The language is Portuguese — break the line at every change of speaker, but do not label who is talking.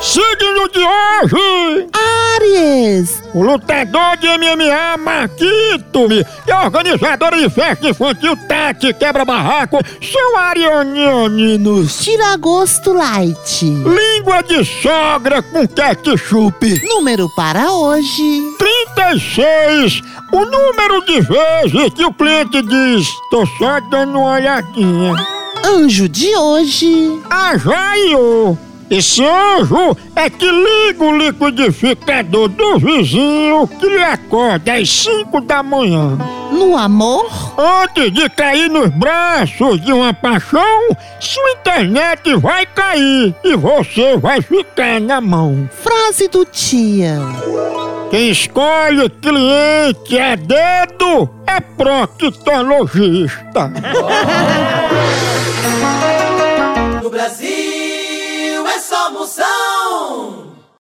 signo de hoje!
Áries!
O lutador de MMA Marquito e a organizadora de festa infantil Tati Quebra Barraco são arianianinos.
Tira gosto light.
Língua de sogra com ketchup.
Número para hoje.
36. O número de vezes que o cliente diz: tô só dando uma olhadinha.
Anjo de hoje.
Ajaio! Ah, Esse anjo é que liga o liquidificador do vizinho que lhe acorda às 5 da manhã.
No amor.
Antes de cair nos braços de uma paixão, sua internet vai cair e você vai ficar na mão.
Frase do dia.
Quem escolhe cliente a dedo é proctologista.
No Brasil é só moção.